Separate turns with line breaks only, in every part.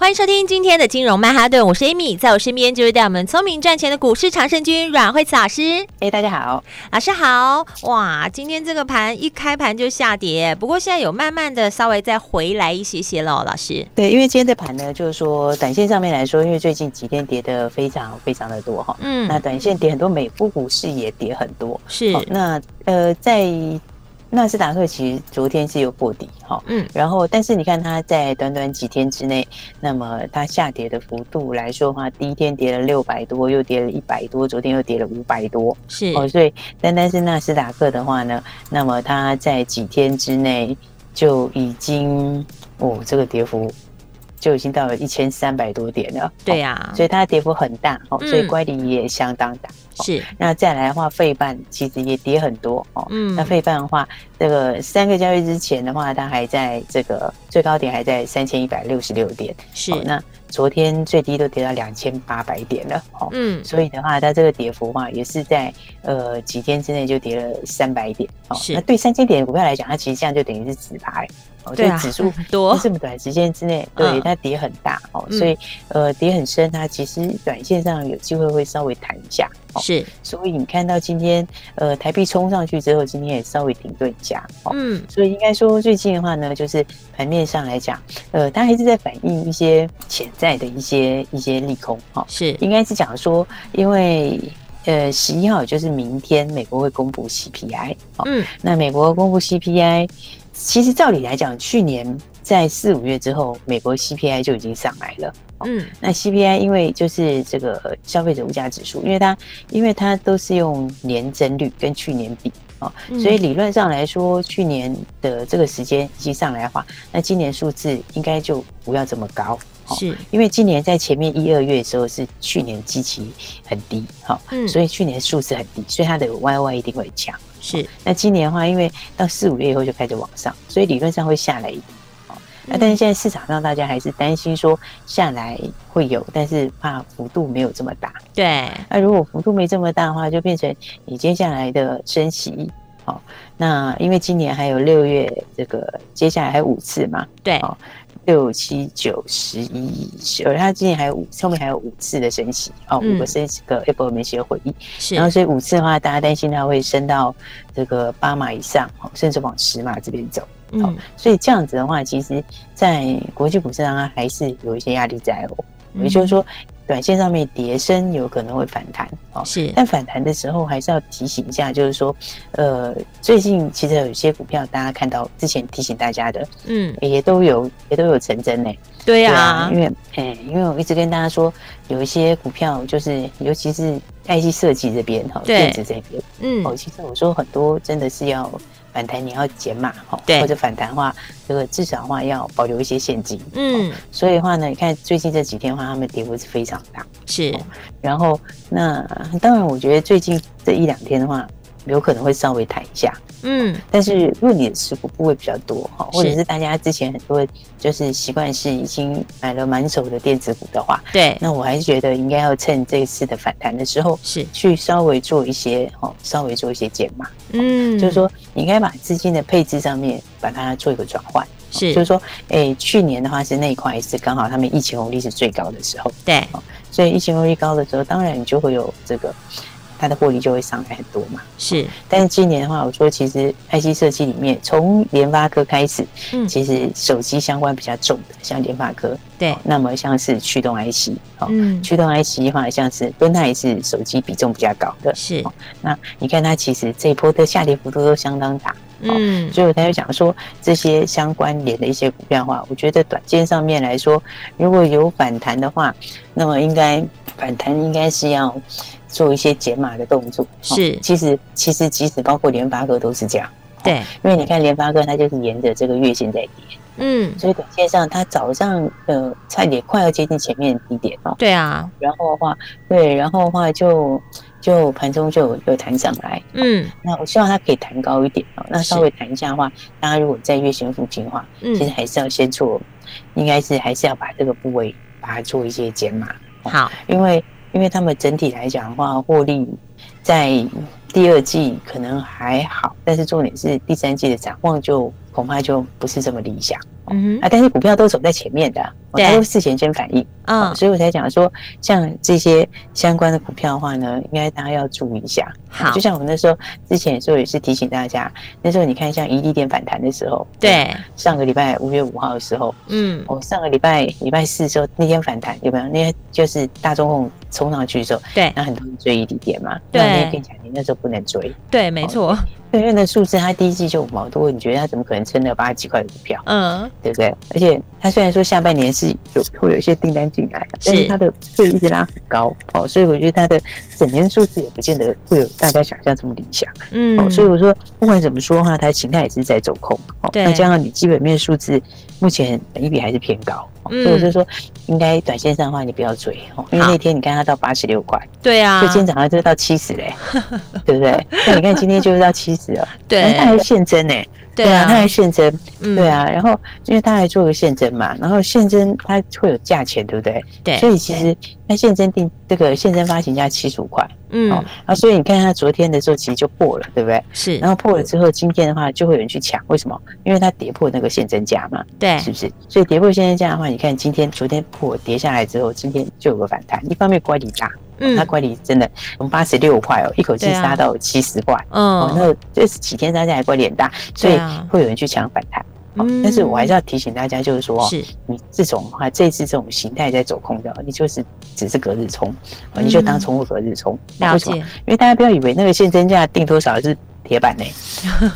欢迎收听今天的金融曼哈顿，我是 Amy，在我身边就是带我们聪明赚钱的股市常胜军阮慧慈老师。
哎、大家好，
老师好，哇，今天这个盘一开盘就下跌，不过现在有慢慢的稍微再回来一些些了，老师。
对，因为今天的盘呢，就是说短线上面来说，因为最近几天跌的非常非常的多哈，
嗯
那短线跌很多，美国股市也跌很多。
是
好，那呃，在纳斯达克其实昨天是有破底哈，
嗯，
然后但是你看它在短短几天之内，那么它下跌的幅度来说的话，第一天跌了六百多，又跌了一百多，昨天又跌了五百多，
是，
哦，所以单单是纳斯达克的话呢，那么它在几天之内就已经哦，这个跌幅就已经到了一千三百多点了。
对啊
哦、
呀、
所以它的跌幅很大哦，所以
嗯
乖离也相当大。哦
是，
那再来的话，费半其实也跌很多哦。
嗯
那费半的话，这个三个交易之前的话，它还在这个最高点还在三千一百六十六点。
是
哦，，那昨天最低都跌到两千八百点了。哦，
嗯，
所以的话，它这个跌幅的话，也是在呃几天之内就跌了三百点。哦
是
那对三千点的股票来讲，它其实这样就等于是直排。哦，
对
所以
啊
指 数
多
在这么短时间之内，
嗯
对它跌很大哦，
嗯
所以呃跌很深，它其实短线上有机会会稍微弹一下。哦，
是，
所以你看到今天呃台币冲上去之后，今天也稍微停顿一下。哦，
嗯，
所以应该说，最近的话呢，就是盘面上来讲，呃，它还是在反映一些潜在的一些一些利空哈、哦
是，
应该是讲说，因为呃十一号也就是明天，美国会公布 CPI 哦。
嗯，
那美国公布 CPI，其实照理来讲，去年在四五月之后，美国 CPI 就已经上来了。
嗯，
那 CPI 因为就是这个消费者物价指数，因为它因为它都是用年增率跟去年比哦，
嗯
所以理论上来说，去年的这个时间已经上来的话，那今年数字应该就不要这么高。哦
是，
因为今年在前面一二月的时候是去年基期很低，好、
嗯
所以去年数字很低，所以它的 YY 一定会强。
是，
那今年的话，因为到四五月以后就开始往上，所以理论上会下来一点。哦那但是现在市场上大家还是担心说下来会有，但是怕幅度没有这么大。
对，
那如果幅度没这么大的话，就变成你接下来的升息。好、那因为今年还有六月这个，接下来还有五次嘛，
对，
哦六七九十一十二，它今年还有五，后面还有五次的升息哦，
嗯
五个升息个 Apple 没协会议，
是
然，后所以五次的话，大家担心它会升到这个八码以上，哦甚至往十码这边走。
嗯，
所以这样子的话，其实在国际股市上它还是有一些压力在哦，也
嗯
就是说，短线上面跌升有可能会反弹哦。
是，
但反弹的时候还是要提醒一下，就是说，呃，最近其实有一些股票，大家看到之前提醒大家的，
嗯，
也都有也都有成真呢、
对
对
啊
因，为哎、因为我一直跟大家说，有一些股票就是，尤其是 IC 设计这边哈，
对
电子这边
嗯，
哦，其实我说很多真的是要反弹，你要减码哈，
对
或者反弹的话，这个至少的话要保留一些现金，哦
嗯，
所以的话呢，你看最近这几天的话，他们跌幅是非常大，
是，
然后那当然，我觉得最近这一两天的话，有可能会稍微弹一下，
嗯，
但是如果你的持股部位比较多哈，
是
或者是大家之前很多就是习惯是已经买了满手的电子股的话，
对，
那我还是觉得应该要趁这一次的反弹的时候，
是，
去稍微做一些哦，稍微做一些减码，
嗯，
哦就是说你应该把资金的配置上面把它做一个转换。
是
就是说，诶，去年的话是那一块是刚好他们疫情红利是最高的时候，
对，
所以疫情红利高的时候，当然你就会有这个它的获利就会上来很多嘛。
是，
但是今年的话，我说其实 IC 设计里面，从联发科开始，
嗯
其实手机相关比较重的，像联发科，
对
哦，那么像是驱动 IC，哦，
嗯，
驱动 IC 的话，像是敦泰也是手机比重比较高的。
是，
那你看它其实这一波的下跌幅度都相当大，
嗯，
所以我才会讲说这些相关联的一些股票的话，我觉得短线上面来说，如果有反弹的话，那么应该反弹应该是要做一些解码的动作。哦
是
其实其实即使包括联发科都是这样。
对，
因为你看联发科它就是沿着这个月线在跌，
嗯，
所以短线上它早上呃差点快要接近前面的低点哦，
对啊，
然后的话，对，然后的话就就盘中就有有弹上来，
嗯
那我希望它可以弹高一点哦，那稍微弹一下的话，大家如果在月线附近的话，其实
嗯，
还是要先做，应该是还是要把这个部位把它做一些减码，
好，
因为因为他们整体来讲的话，获利在第二季可能还好，但是重点是第三季的展望就恐怕就不是这么理想
嗯
啊。但是股票都走在前面的，哦
对
它都事前先反应，
哼，嗯，
所以我才讲说，像这些相关的股票的话呢，应该大家要注意一下。
好
就，像我那时候之前的时候也是提醒大家，那时候你看像一利点反弹的时候，，
对，
上个礼拜五月五号的时候，
嗯，
我、哦上个礼拜礼拜四的时候那天反弹有没有？那天就是大中控冲上去的时候，
对
那很多人追一点点嘛。
对
那那天跟你讲，你那时候不能追，
对，没错，
因为那数字它第一季就五毛多，你觉得它怎么可能撑了八十几块的股票，
嗯，
对不对？而且它虽然说下半年是有会有一些订单进来，但是它的会一直拉很高哦，所以我觉得它的整年数字也不见得会有大家想象这么理想。哦，
嗯，
所以我说，不管怎么说的话，它形态也是在走空。哦，
对
那加上你基本面数字，目前本益比还是偏高，哦
嗯
所以我就说，应该短线上的话，你不要追哦，因为
好
那天你看它到八十六块，
对啊
就，今天早上就到七十 嘞，对不对？那你看今天就是到七十了，然
对
后它，哎还现增呢，
对
它还
啊，
现增，
嗯
对，啊，然后因为它还做个现增嘛，然后现增它会有价钱，对不对？
对
所以其实它现增定这个现增发行价七十五块，哦
嗯，，
啊，所以你看它昨天的时候其实就破了，对不对？
是
然，后破了之后，今天的话就会有人去抢，为什么？因为它跌破那个现增价嘛，
对
是，不是？所以跌破现增价的话，你看今天、昨天破跌下来之后，今天就有个反弹。一方面乖离大，
嗯
它乖离真的从八十六块哦，一口气
对啊
杀到七十块，哦，
嗯，
那这几天杀下来乖离很大，所以
对啊
会有人去抢反弹。哦
嗯
但是我还是要提醒大家，就是说，哦
是，
你这种的话，这次这种形态在走空的，你就是只是隔日冲，哦你就当冲或隔日冲。
嗯了
为什么
解，
因为大家不要以为那个现增价定多少是 铁板呢、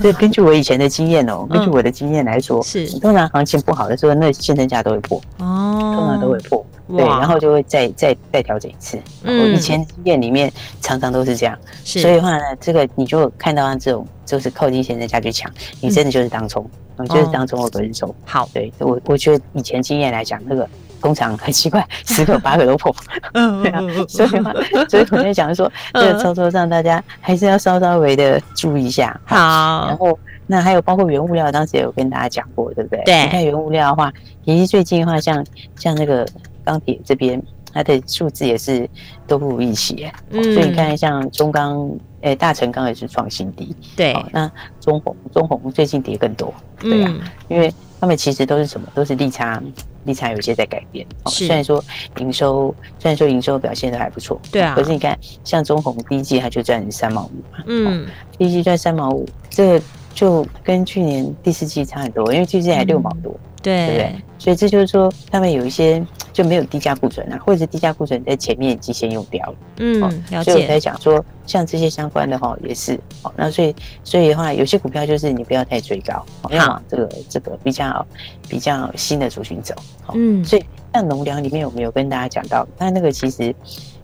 对，根据我以前的经验哦、
嗯
根据我的经验来说，
是
通常行情不好的时候，那现增价都会破，
哦，
通常都会破，对，
哇
然后就会再再再调整一次。
嗯
我以前经验里面常常都是这样，
是，
所以的话呢，这个你就看到它这种就是靠近现增价去抢，
嗯
你真的就是当冲，
哦
嗯、就是当冲或隔日冲。
好，
对我，我觉得以前经验来讲，那个通常很奇怪，十个有八个都破。
嗯
对啊， 所以嘛，所以我在想说，这
嗯
个操作上大家还是要稍稍微的注意一下。然
好，
后那还有包括原物料，当时也有跟大家讲过，对不对？
对
你看原物料的话，其实最近的话像，像那个钢铁这边，它的数字也是都不如预期。
嗯
所以你看，像中钢。诶，大成钢也是创新低，
对，
哦，那中红中红最近跌更多，对啊
嗯，
因为他们其实都是什么，都是利差，利差有些在改变。哦、
是
虽然说营收，虽然说营收表现都还不错，
对啊
可是你看，像中红第一季它就赚三毛五嘛，哦，
嗯，
第一季赚三毛五，这就跟去年第四季差很多，因为去年还六毛多，
嗯
对不
对
对，？所以这就是说，他们有一些就没有低价库存啊，或者是低价库存在前面已经先用掉了。
嗯，了
哦所以我
解，
在讲说，像这些相关的哈，也是哦。那所以，所以的话，有些股票就是你不要太追高，哦要往这个这个比较比较新的族群走。哦
嗯，
所以，像农粮里面有没有跟大家讲到？那那个其实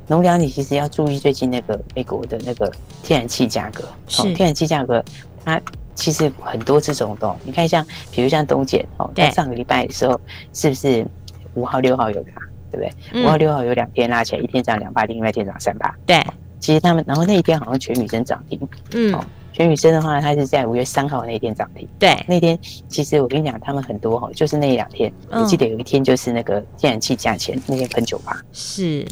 农粮你其实要注意最近那个美国的那个天然气价格，哦
是
天然气价格它。其实很多这种的哦，你看像，比如像东建哦，
对
它上个礼拜的时候是不是五号六号有拉，对不对？
嗯
五、号六号有两天拉起来，一天涨两八，另外一天涨三八。
对，
其实他们，然后那一天好像全女生涨停，
嗯
哦，全女生的话，它是在五月三号那一天涨停。
对，
那天其实我跟你讲，他们很多哈，就是那两天，
嗯
我记得有一天就是那个天然气价钱那天喷九八，
是，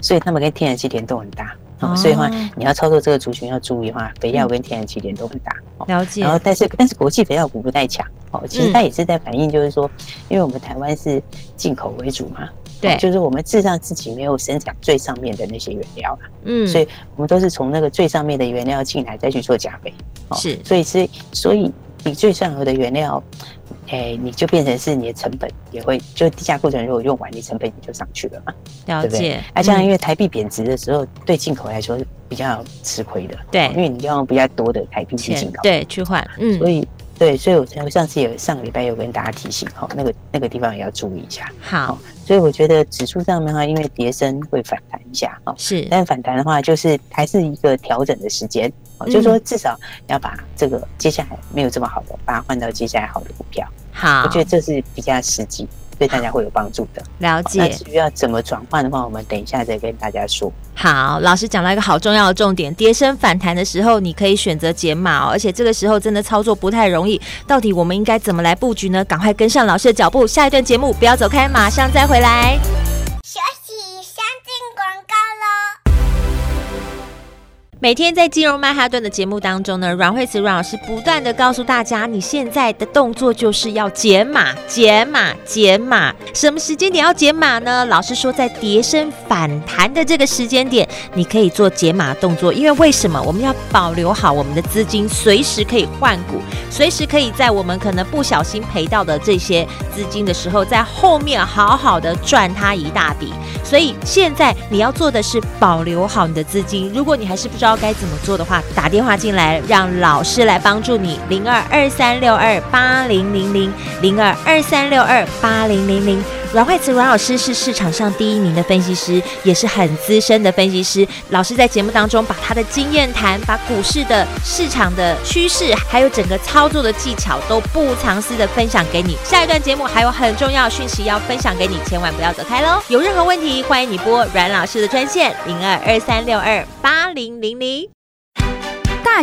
所以他们跟天然气联动很大。哦、所以的话
哦，
你要操作这个族群要注意的话，肥料跟天然气联动很大。哦
了解
然，后，但是但是国际肥料股不太强哦，其实它也是在反映，就是说，因为我们台湾是进口为主嘛，
对
哦就是我们事实上自己没有生产最上面的那些原料。
嗯，
所以我们都是从那个最上面的原料进来，再去做加肥。
是
所以是所以你最上游的原料，哎，你就变成是你的成本也会，就低价库存如果用完，你成本也就上去了嘛。
了
对不对
解，
啊，这样
嗯
因为台币贬值的时候，对进口来说是比较吃亏的，因
对
为你要用比较多的台币去进
嗯钱
口，
对去换，
所
嗯，
以。对，所以我才会上次有上个礼拜有跟大家提醒哦，那个那个地方也要注意一下。
好，
所以我觉得指数上面的话，因为跌升会反弹一下哦，
是，
但反弹的话，就是还是一个调整的时间，哦哦就
嗯
是说至少要把这个接下来没有这么好的，把它换到接下来好的股票。
好
我，觉得这是比较实际，对大家会有帮助的。
啊了
那
解。
至于要怎么转换的话，我们等一下再跟大家说。
好，老师讲到一个好重要的重点，跌升反弹的时候，你可以选择减码、哦，而且这个时候真的操作不太容易。到底我们应该怎么来布局呢？赶快跟上老师的脚步，下一段节目不要走开，马上再回来。
学习相进广告喽。
每天在金融曼哈顿的节目当中呢，阮慧慈阮老师不断的告诉大家，你现在的动作就是要减码、减码、减码。什么时间点要减码呢？老师说，在跌升反弹的这个时间点，你可以做减码动作，因为为什么？我们要保留好我们的资金，随时可以换股，随时可以在我们可能不小心赔到的这些资金的时候，在后面好好的赚它一大笔。所以现在你要做的是保留好你的资金。如果你还是不知道该怎么做的话，打电话进来，让老师来帮助你。零二二三六二八零零零，零二二三六二八零零零。阮慧慈阮老师是市场上第一名的分析师，也是很资深的分析师。老师在节目当中把他的经验谈，把股市的市场的趋势，还有整个操作的技巧都不藏私的分享给你。下一段节目还有很重要的讯息要分享给你，千万不要走开喽！有任何问题，欢迎你拨阮老师的专线零二二三六二八零零零。
大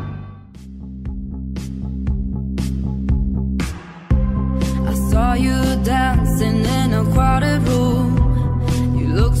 I saw you dancing in a crowded room. You look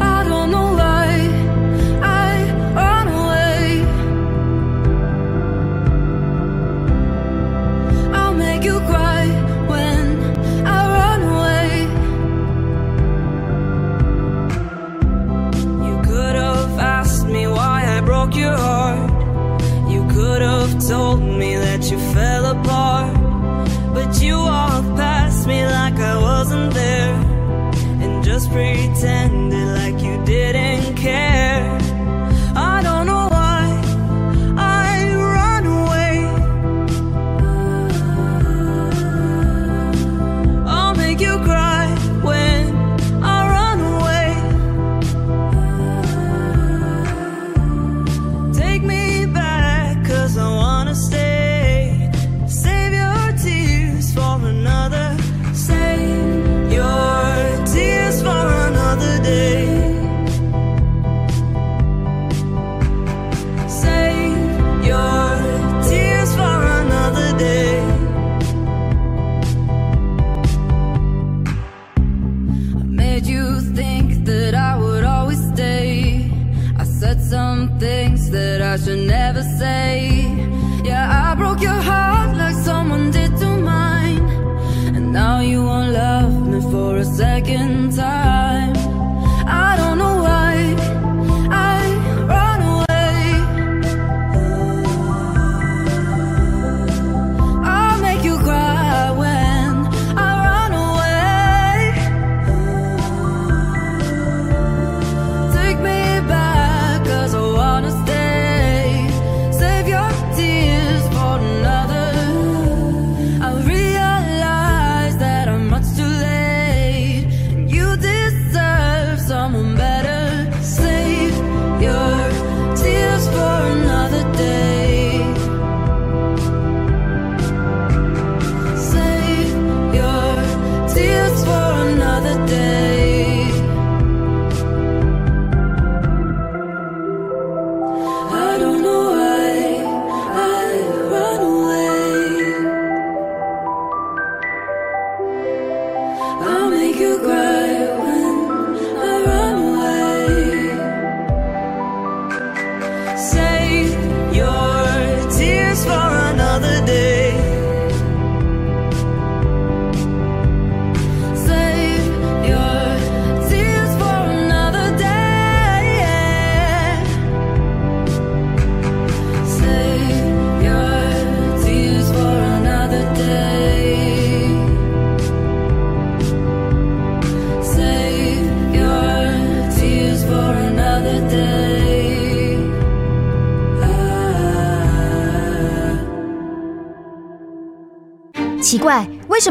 I don't know why I run away. I'll make you cry when I run away. You could have asked me why I broke your heart. You could have told me that you fell apart. But you walked past me like I wasn't there. And just pretended like you didn't care. I don't know why I run away. I'll make you cry when I run away. Take me back, cause I wanna stay. Save your tears for another. Save your tears for another day. Save your tears for another day. made you think that I would always stay. I said some things that I should never say. Yeah, I broke your heart like someone did to mine. And now you won't love me for a second time. I don't know why I run away. I'll make you cry when I run away. Take me back, cause I wanna stay. Save your tears for another Ah.
奇怪，为什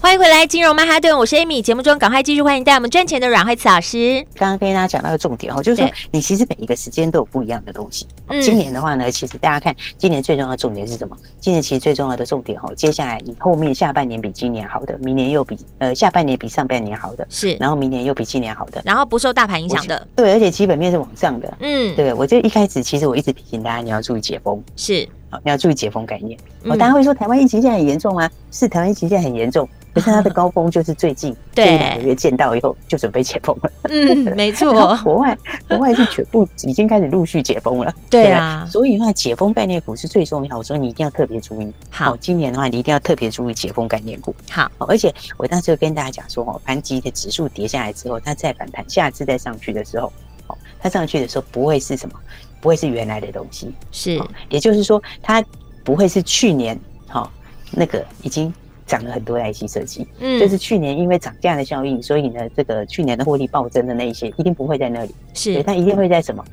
欢迎回来，金融曼哈顿，我是 Amy。节目中赶快继续欢迎带我们赚钱的阮慧慈老师。
刚刚跟大家讲到的重点哦，就是说
对
你其实每一个时间都有不一样的东西。
嗯
今年的话呢，其实大家看，今年最重要的重点是什么？今年其实最重要的重点哦，接下来你后面下半年比今年好的，明年又比呃下半年比上半年好的，
是，
然后明年又比今年好的，
然后不受大盘影响的，
对，而且基本面是往上的。
嗯，
对，我就一开始其实我一直提醒大家，你要注意解封，
是，
好，你要注意解封概念。哦，
嗯
大家会说台湾疫情现在很严重啊，是台湾疫情现在很严重，可是它的高峰就是 最近
对
这一两个月见到以后就准备解封了。
嗯，没
然后
错，
国 外国外是全部已经开始陆续解封了，
对
吧
啊，
所以的话，解封概念股是最重要，所以你一定要特别注意。
好
哦，今年的话，你一定要特别注意解封概念股。
好，
哦，而且我当时有跟大家讲说，哦，盘级的指数跌下来之后，它再反弹，下次再上去的时候，哦，它上去的时候不会是什么，不会是原来的东西，
是
哦，也就是说，它不会是去年好、哦、那个已经涨了很多的 IC 设计，
嗯，
就是去年因为涨价的效应，所以呢，这个去年的获利暴增的那一些，一定不会在那里，对，
是
它一定会在什么？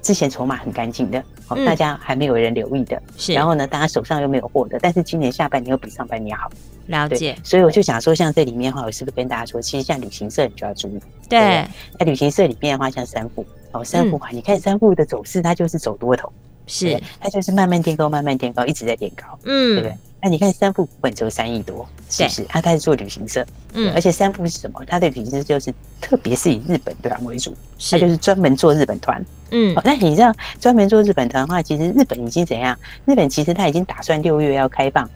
之前筹码很干净的，好、
嗯
大家还没有人留意的，
是，
然后呢，大家手上又没有货的，但是今年下半年又比上半年好，
了
对
解，，
所以我就想说，像这里面的话，我是不是跟大家说，其实像旅行社你就要注意，
对，
在旅行社里面的话，像三富，
嗯
哦，三富啊，你看三富的走势，它就是走多头，对
是
不对，它就是慢慢垫高，慢慢垫高，一直在垫高，对不
嗯
对？那你看三富股本只有三亿多，是不是？它它是做旅行社，而
嗯，，
且三富是什么？它的旅行社就是特别是以日本团为主，它就是是专门做日本团。
嗯
哦，，那你知道专门做日本团的话，其实日本已经怎样？日本其实它已经打算六月要开放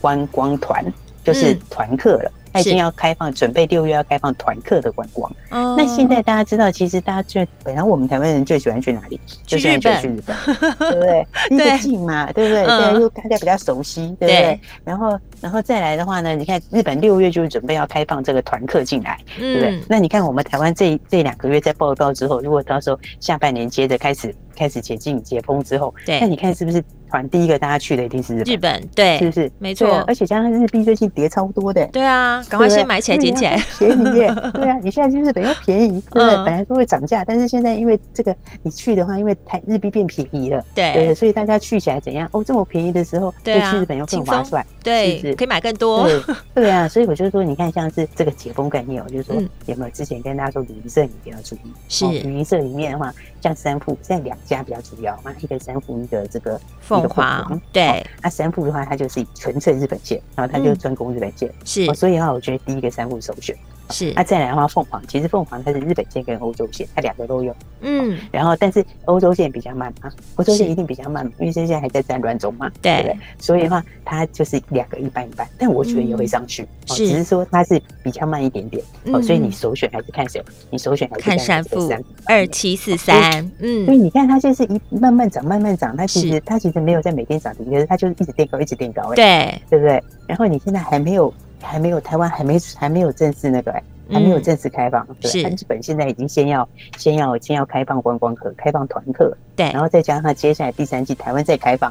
观光团，就是
嗯
团客了。它已
是
经要开放，准备六月要开放团客的观光。
哦
那现在大家知道，其实大家最本来我们台湾人最喜欢去哪里？
去
最喜
日
欢就
本
去日本，对 不对？离
对
得近嘛，对不对？
嗯
对，又大家比较熟悉，对不
对
对？然后，然后再来的话呢，你看日本六月就是准备要开放这个团客进来，对不对？
嗯，
那你看我们台湾这这两个月在报告之后，如果到时候下半年接着开始开始解禁解封之后，那
对，
你看是不是团第一个大家去的一定是
日
日本？
本，
是不
对，
是？
没
对啊
错，
而且加上日币最近跌超多的，
对啊，赶快
对
先买起来，
日
捡起来，
本要便宜耶！ 对啊，你现在去日本要便宜，对不对？
嗯
本来都会涨价，但是现在因为这个你去的话，因为台日币变便宜了，对，
对
所以大家去起来怎样？哦，这么便宜的时候，
哎对啊哦
去日本又更划算。是不
对，
是
可以买更多，
对对啊，所以我就说，你看像是这个解封概念，我哦就说
嗯
有没有之前跟大家说，旅行社你一定要注意。
是
哦旅行社里面的话，像三富在两家比较主要嘛，一个山富，一个这个
凤凰，对，
那山富的话，它就是纯粹日本线，然后它就专攻日本线，
嗯是
哦所啊以的话，我觉得第一个山富首选。
是
那、，再来的话，凤凰其实凤凰它是日本线跟欧洲线，它两个都有。
嗯，
然后，但是欧洲线比较慢嘛，欧洲线
是
一定比较慢嘛，因为现在还在战乱中嘛，
对
不对？所以的话，它就是两个一半一半，但我觉得也会上去，哦、
嗯是
只是说它是比较慢一点点，哦，
嗯
所以你首选还是看谁？你首选还是
看山
这个
富
山
二七四三，
所以
嗯，
你看，它就是一慢慢涨，慢慢涨。它其
是
实它其实没有在每天涨停，可是它就是一直垫高，一直垫高、哎，
对，
对不对？然后你现在还没有，还没有台湾还没还没有正式那个、哎还没有
嗯
正式开放，对
是
它日本现在已经先要先要先要开放观光客，开放团客，
对
然，后再加上接下来第三季台湾再开放，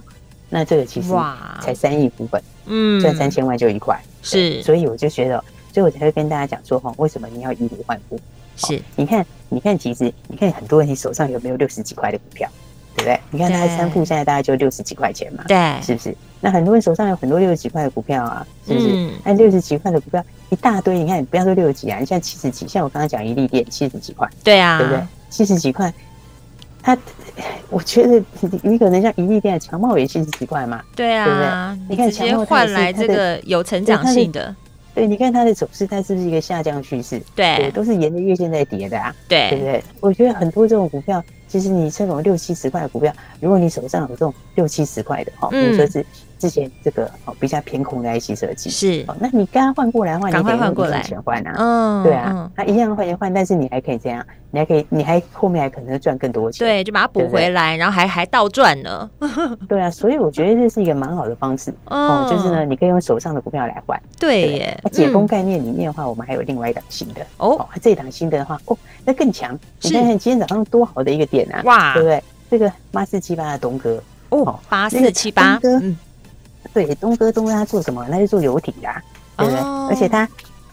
那这个其实
哇
才三亿股本，
嗯，
赚三千万就一块，
是
所以我就觉得，所以我才会跟大家讲说哦哈，为什么你要以股换股？
是
你看，你看，其实你看很多人，你手上有没有六十几块的股票，对不对？你看他
对
的三富现在大概就六十几块钱嘛，
对，
是不是？那很多人手上有很多六十几块的股票啊，是不是？
嗯，
那六十几块的股票一大堆，你看，不要说六十几啊，你像七十几，像我刚刚讲一利店七十几块，
对啊，
对不对？七十几块，它， 我觉得你可能像一利店的强茂也七十几块嘛，
对啊，
对不对你看
你直接
强迫它也
换
是
来
它
这
的
个有成
对
长
它的
性的，
对，你看它的走势，它是不是一个下降趋势？
对
都是沿着月线在跌的啊。对不
对，
对？我觉得很多这种股票，其实你这种六七十块的股票，如果你手上有这种六七十块的哈，哦比
嗯
如说是之前这个哦比较偏空的 IC 设计，
是，
哦，那你刚刚换过来的话，你
赶快
等于
换过来
你钱换啊，
嗯，
对啊
嗯，，
它一样换钱换，但是你还可以这样，你还可以，你还后面还可能赚更多钱，
对，就把它补
对不对
回来，然后还还倒赚呢，
对啊，所以我觉得这是一个蛮好的方式哦，就是呢，
嗯，
你可以用手上的股票来换。
对
对
耶
那，解封
嗯
概念里面的话，我们还有另外一档新的
哦
哦，这一档新的的话，哦，那更强，你
是
看看今天早上多好的一个点啊，
哇
对不对？这个八四七八的东哥，
哦
哦，
八
那
四
个
七八，
东哥
嗯，
对，东哥东哥他做什么？他是做游艇的、啊，对不对？
哦
而且他，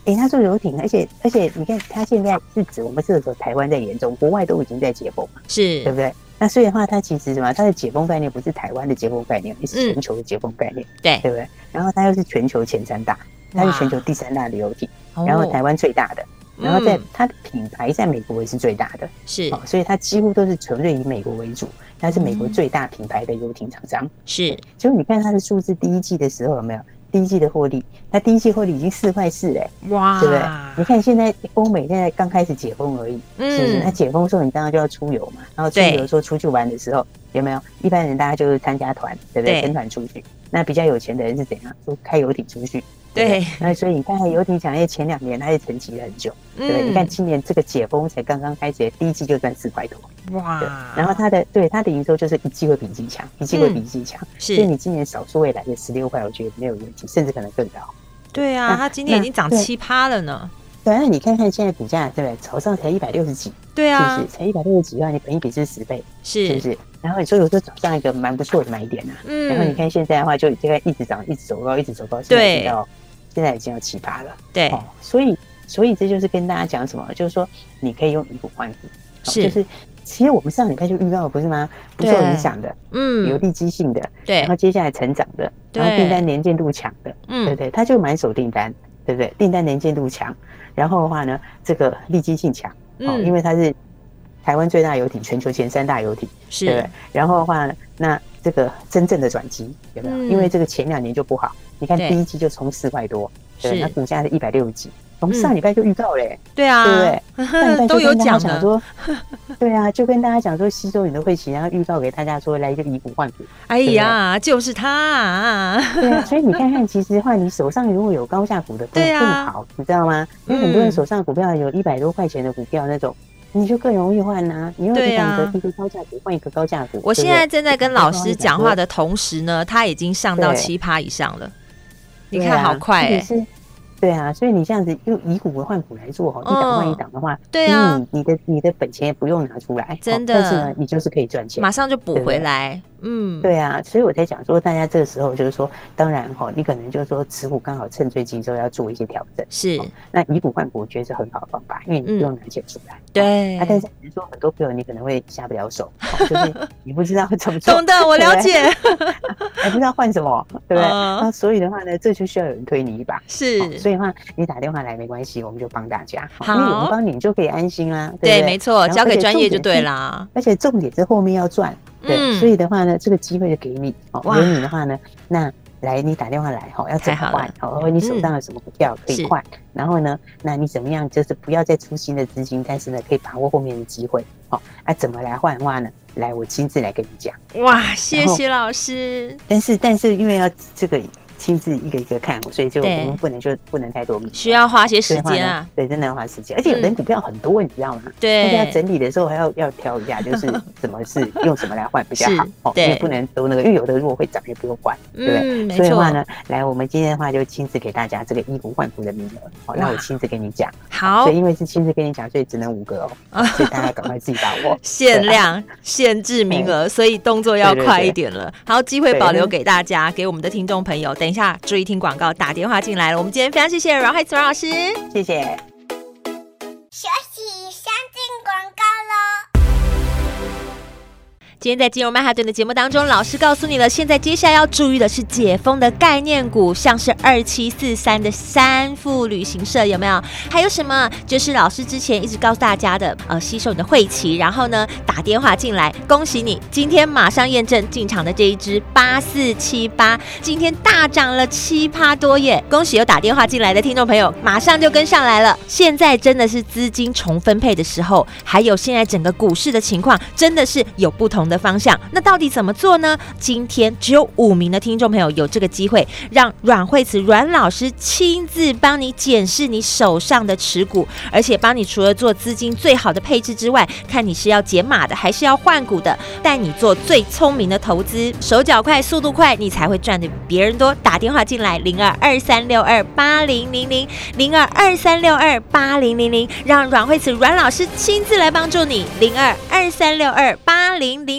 诶，他做游艇，而且而且你看他现在是指我们这个时候台湾在严重，国外都已经在解封嘛，
是
对不对？那所以的话，它其实什么？它的解封概念不是台湾的解封概念，而是
嗯
全球的解封概念，
对
对不对？然后它又是全球前三大，它
哇
是全球第三大的游艇，然后
哦
台湾最大的。然后在
嗯
它的品牌在美国也是最大的，
是
哦，所以它几乎都是纯粹以美国为主，它是美国
嗯
最大品牌的游艇厂商。
是，
就你看它的数字，第一季的时候有没有？第一季的获利，它第一季获利已经四块四嘞，
哇，
对不对？你看现在欧美现在刚开始解封而已，是不是？那
嗯，
解封之后，你当然就要出游嘛。然后出
对
游说出去玩的时候，有没有一般人大家就是参加团，对不
对
对？跟团出去。那比较有钱的人是怎样？就开游艇出去。不
对
那所以你看，游艇产业前两年它也沉寂了很久，对不对？你看
嗯，
今年这个解封才刚刚开始，第一季就赚四块多，
哇
对。，然后它的对它的营收就是一季会比一季强，一季会比一季强。所
嗯
以
是，
你今年少数未来的十六块，我觉得没有问题，甚至可能更高。
对啊，
那
它今天已
那
经涨
对
七趴了呢，
对啊，那你看看现在股价，对不对？早上才一百六十几，
对
是
啊
不是？，才一百六十几万，你本一比是十倍，是
是，
不是？然后你说有时候早上一个蛮不错的买点啊，然后你
嗯，
看现在的话，就大概一直涨，一直走高，一直走高，现在已
对
经到现在已经要七八了。
对，
哦，所以所以这就是跟大家讲什么，就是说你可以用以股换股，哦
是
就是其实我们上礼拜就遇到了，不是吗？不受
对啊
影响的，有
嗯，
利基性的，
对
然后，接下来成长的，然后
对
订单粘见度强的，对
嗯
不，对？他就满手订单，对不对？订单粘见度强，然后的话呢，这个利基性强，哦，
嗯
因为它是台湾最大游艇，全球前三大游艇，
是
对不对，？然后的话呢，那这个真正的转机有没有？
嗯
因为这个前两年就不好，你看
对
第一季就冲四块多，对不对，
是
那股价是一百六十几，从上礼拜就预告嘞、
对
对不
啊
对，？上礼拜
都
就
有
跟大
讲
家
的
讲。说， 对啊，就跟大家讲说吸收你的晦气，然后预告给大家说来一个以股换股。
哎
对
呀，就是他、啊，
对啊，所以你看看，其实的话，你手上如果有高价股的，更
对啊嗯
更好，你知道吗？因为很多人手上股票有一百多块钱的股票那种，你就更容易换呐。你用
对
一
啊
两个一个高价股换一个高价股。
我现在正在跟老师讲话
的，
的同时呢，他已经上到
对啊
七趴以上了。你
对
看
啊
好快哎、
特别是对啊，所以你这样子用以股为换股来做哦，一档换一档的话，
啊对啊
你你的你的本钱也不用拿出来，哦
真的
但是呢，你就是可以赚钱
马。上就补
对
回来。嗯，
对啊，所以我才讲说，大家这个时候就是说，当然哈、哦，你可能就是说持股刚好趁最近之后要做一些调整。
是，
哦
嗯
那以股换股，我觉得是很好的方法，因为你不用拿钱出来。哦
对
啊，，但是你说很 多朋友你可能会下不了手，哦就是你不知道怎么做。
懂的，我了解。
对。还不知道换什么，对不对？
嗯
那所以的话呢，这就需要有人推你一把。
是，
哦所以的话，你打电话来没关系，我们就帮大家，
好
哦因为我们帮你，你就可以安心啦。对
对，
不对
没错，
然后
交
而
给
且
专业
重
就
点
对
是
啦。
而且重点是后面要赚，对，
嗯
所以的话呢，这个机会就给你哦。
哇
给你的话呢，那来你打电话来哈、哦，要怎
太
么
好
换
了？
哦，或你手
嗯
上有什么股票可以
是
换？然后呢，那你怎么样就是不要再出新的资金，但是呢，可以把握后面的机会。哦，那、怎么来换的话呢？来，我亲自来跟你讲。
哇，谢
然后
谢老师，
但是但是因为要这个亲自一个一个看，所以就我
对
们不能就不能太多秘密
需要花些时
所以的话
间
呢
啊，
对，真的要花时间，而且有的
嗯
股票很多，你知道吗？大家
对，
整理的时候还要要挑一 下，就是什么是用什么来换比较好
是
哦，
对
因为不能都那个，因为有的如果会涨就不用换，对不对？
嗯，没
所以的
错
话，呢，来，我们今天的话就亲自给大家这个衣服换服的名额，好、那我亲自跟你讲，
好
所以，因为是亲自跟你讲，所以只能五个
啊。
哦，所以大家赶快自己把握
限量、限制名额，所以动作要快一点了。好，机会保留给大家，给我们的听众朋友。等一下注意听广告，打电话进来了。我们今天非常谢谢阮慧慈阮老师。
谢谢。
休息一下，进广告喽。
今天在金融曼哈顿的节目当中，老师告诉你了，现在接下来要注意的是解封的概念股，像是二七四三的三富旅行社有没有？还有什么？就是老师之前一直告诉大家的，呃，吸收你的晦气，然后呢打电话进来，恭喜你，今天马上验证进场的这一支八四七八，今天大涨了七趴多耶！恭喜有打电话进来的听众朋友，马上就跟上来了。现在真的是资金重分配的时候，还有现在整个股市的情况，真的是有不同的方向。那到底怎么做呢？今天只有五名的听众朋友有这个机会，让阮惠慈阮老师亲自帮你检视你手上的持股，而且帮你除了做资金最好的配置之外，看你是要减码的还是要换股的，带你做最聪明的投资，手脚快，速度快，你才会赚的比别人多。打电话进来零二二三六二八零零零零二二三六二八零零零，让阮慧慈阮老师亲自来帮助你零二二三六二八零零零。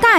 大